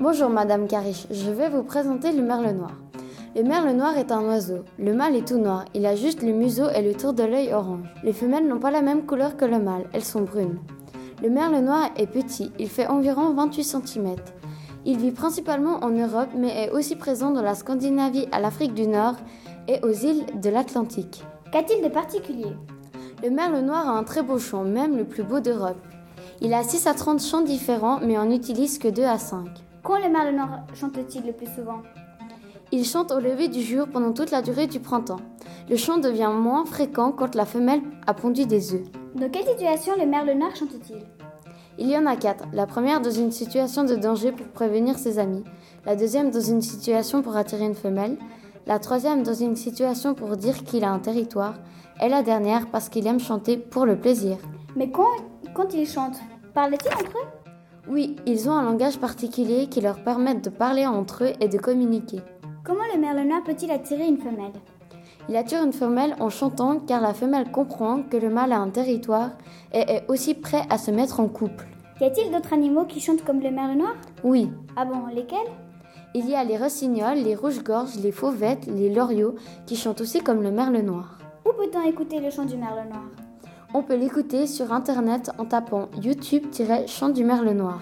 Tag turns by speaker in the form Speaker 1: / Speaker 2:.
Speaker 1: Bonjour Madame Cariche, je vais vous présenter le merle noir. Le merle noir est un oiseau. Le mâle est tout noir, il a juste le museau et le tour de l'œil orange. Les femelles n'ont pas la même couleur que le mâle, elles sont brunes. Le merle noir est petit, il fait environ 28 cm. Il vit principalement en Europe mais est aussi présent dans la Scandinavie, à l'Afrique du Nord et aux îles de l'Atlantique.
Speaker 2: Qu'a-t-il de particulier
Speaker 1: Le merle noir a un très beau chant, même le plus beau d'Europe. Il a 6 à 30 chants différents mais en utilise que 2 à 5.
Speaker 2: Quand le merle noir chante-t-il le plus souvent
Speaker 1: Il chante au lever du jour pendant toute la durée du printemps. Le chant devient moins fréquent quand la femelle a pondu des œufs.
Speaker 2: Dans quelle situation le merle noir chante-t-il
Speaker 1: Il y en a quatre. La première dans une situation de danger pour prévenir ses amis. La deuxième dans une situation pour attirer une femelle. La troisième dans une situation pour dire qu'il a un territoire. Et la dernière parce qu'il aime chanter pour le plaisir.
Speaker 2: Mais quand, quand ils chantent, parlent-ils entre eux
Speaker 1: Oui, ils ont un langage particulier qui leur permet de parler entre eux et de communiquer.
Speaker 2: Comment le merle noir peut-il attirer une femelle
Speaker 1: Il attire une femelle en chantant car la femelle comprend que le mâle a un territoire et est aussi prêt à se mettre en couple.
Speaker 2: Y a-t-il d'autres animaux qui chantent comme le merle noir
Speaker 1: Oui,
Speaker 2: Ah bon, lesquels
Speaker 1: il y a les rossignols, les rouges-gorges, les fauvettes, les loriots qui chantent aussi comme le merle noir.
Speaker 2: Où peut-on écouter le chant du merle noir
Speaker 1: On peut l'écouter sur internet en tapant youtube-chant du merle noir.